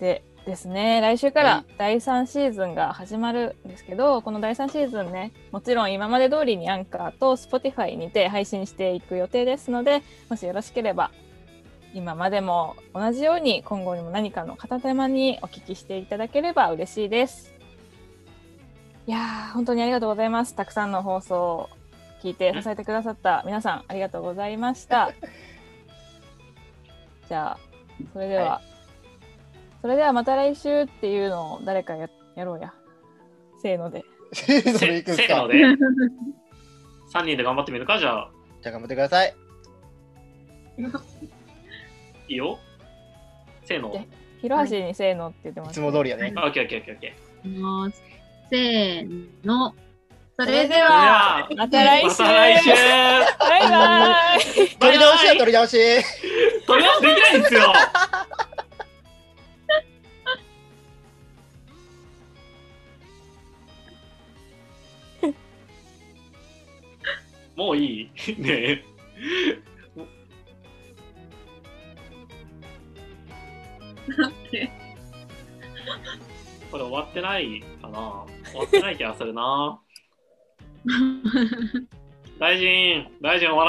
でですね来週から第3シーズンが始まるんですけど、この第3シーズンねもちろん今まで通りにアンカーと Spotify にて配信していく予定ですのでもしよろしければ今までも同じように今後にも何かの片手間にお聞きしていただければ嬉しいですいやー本当にありがとうございますたくさんの放送を聞いて支えてくださった皆さんありがとうございましたじゃあそれでは、はそれではまた来週っていうのを誰かややろうやせーので。せーのでせいくんせーすかの。で3人で頑張ってみるかじゃあじゃあ頑張ってください。いいよせーので広橋にせーのって言ってまいすつ。も通りやね。あオッケーオッケーオッケーオッケもうせーの。それでは、ーいやまた来ー週また来週バイバーイ取り直しや取り直し。取り直しできないんですよもういいねえこれ終わってないかな終わってない気がするな大臣大臣終わら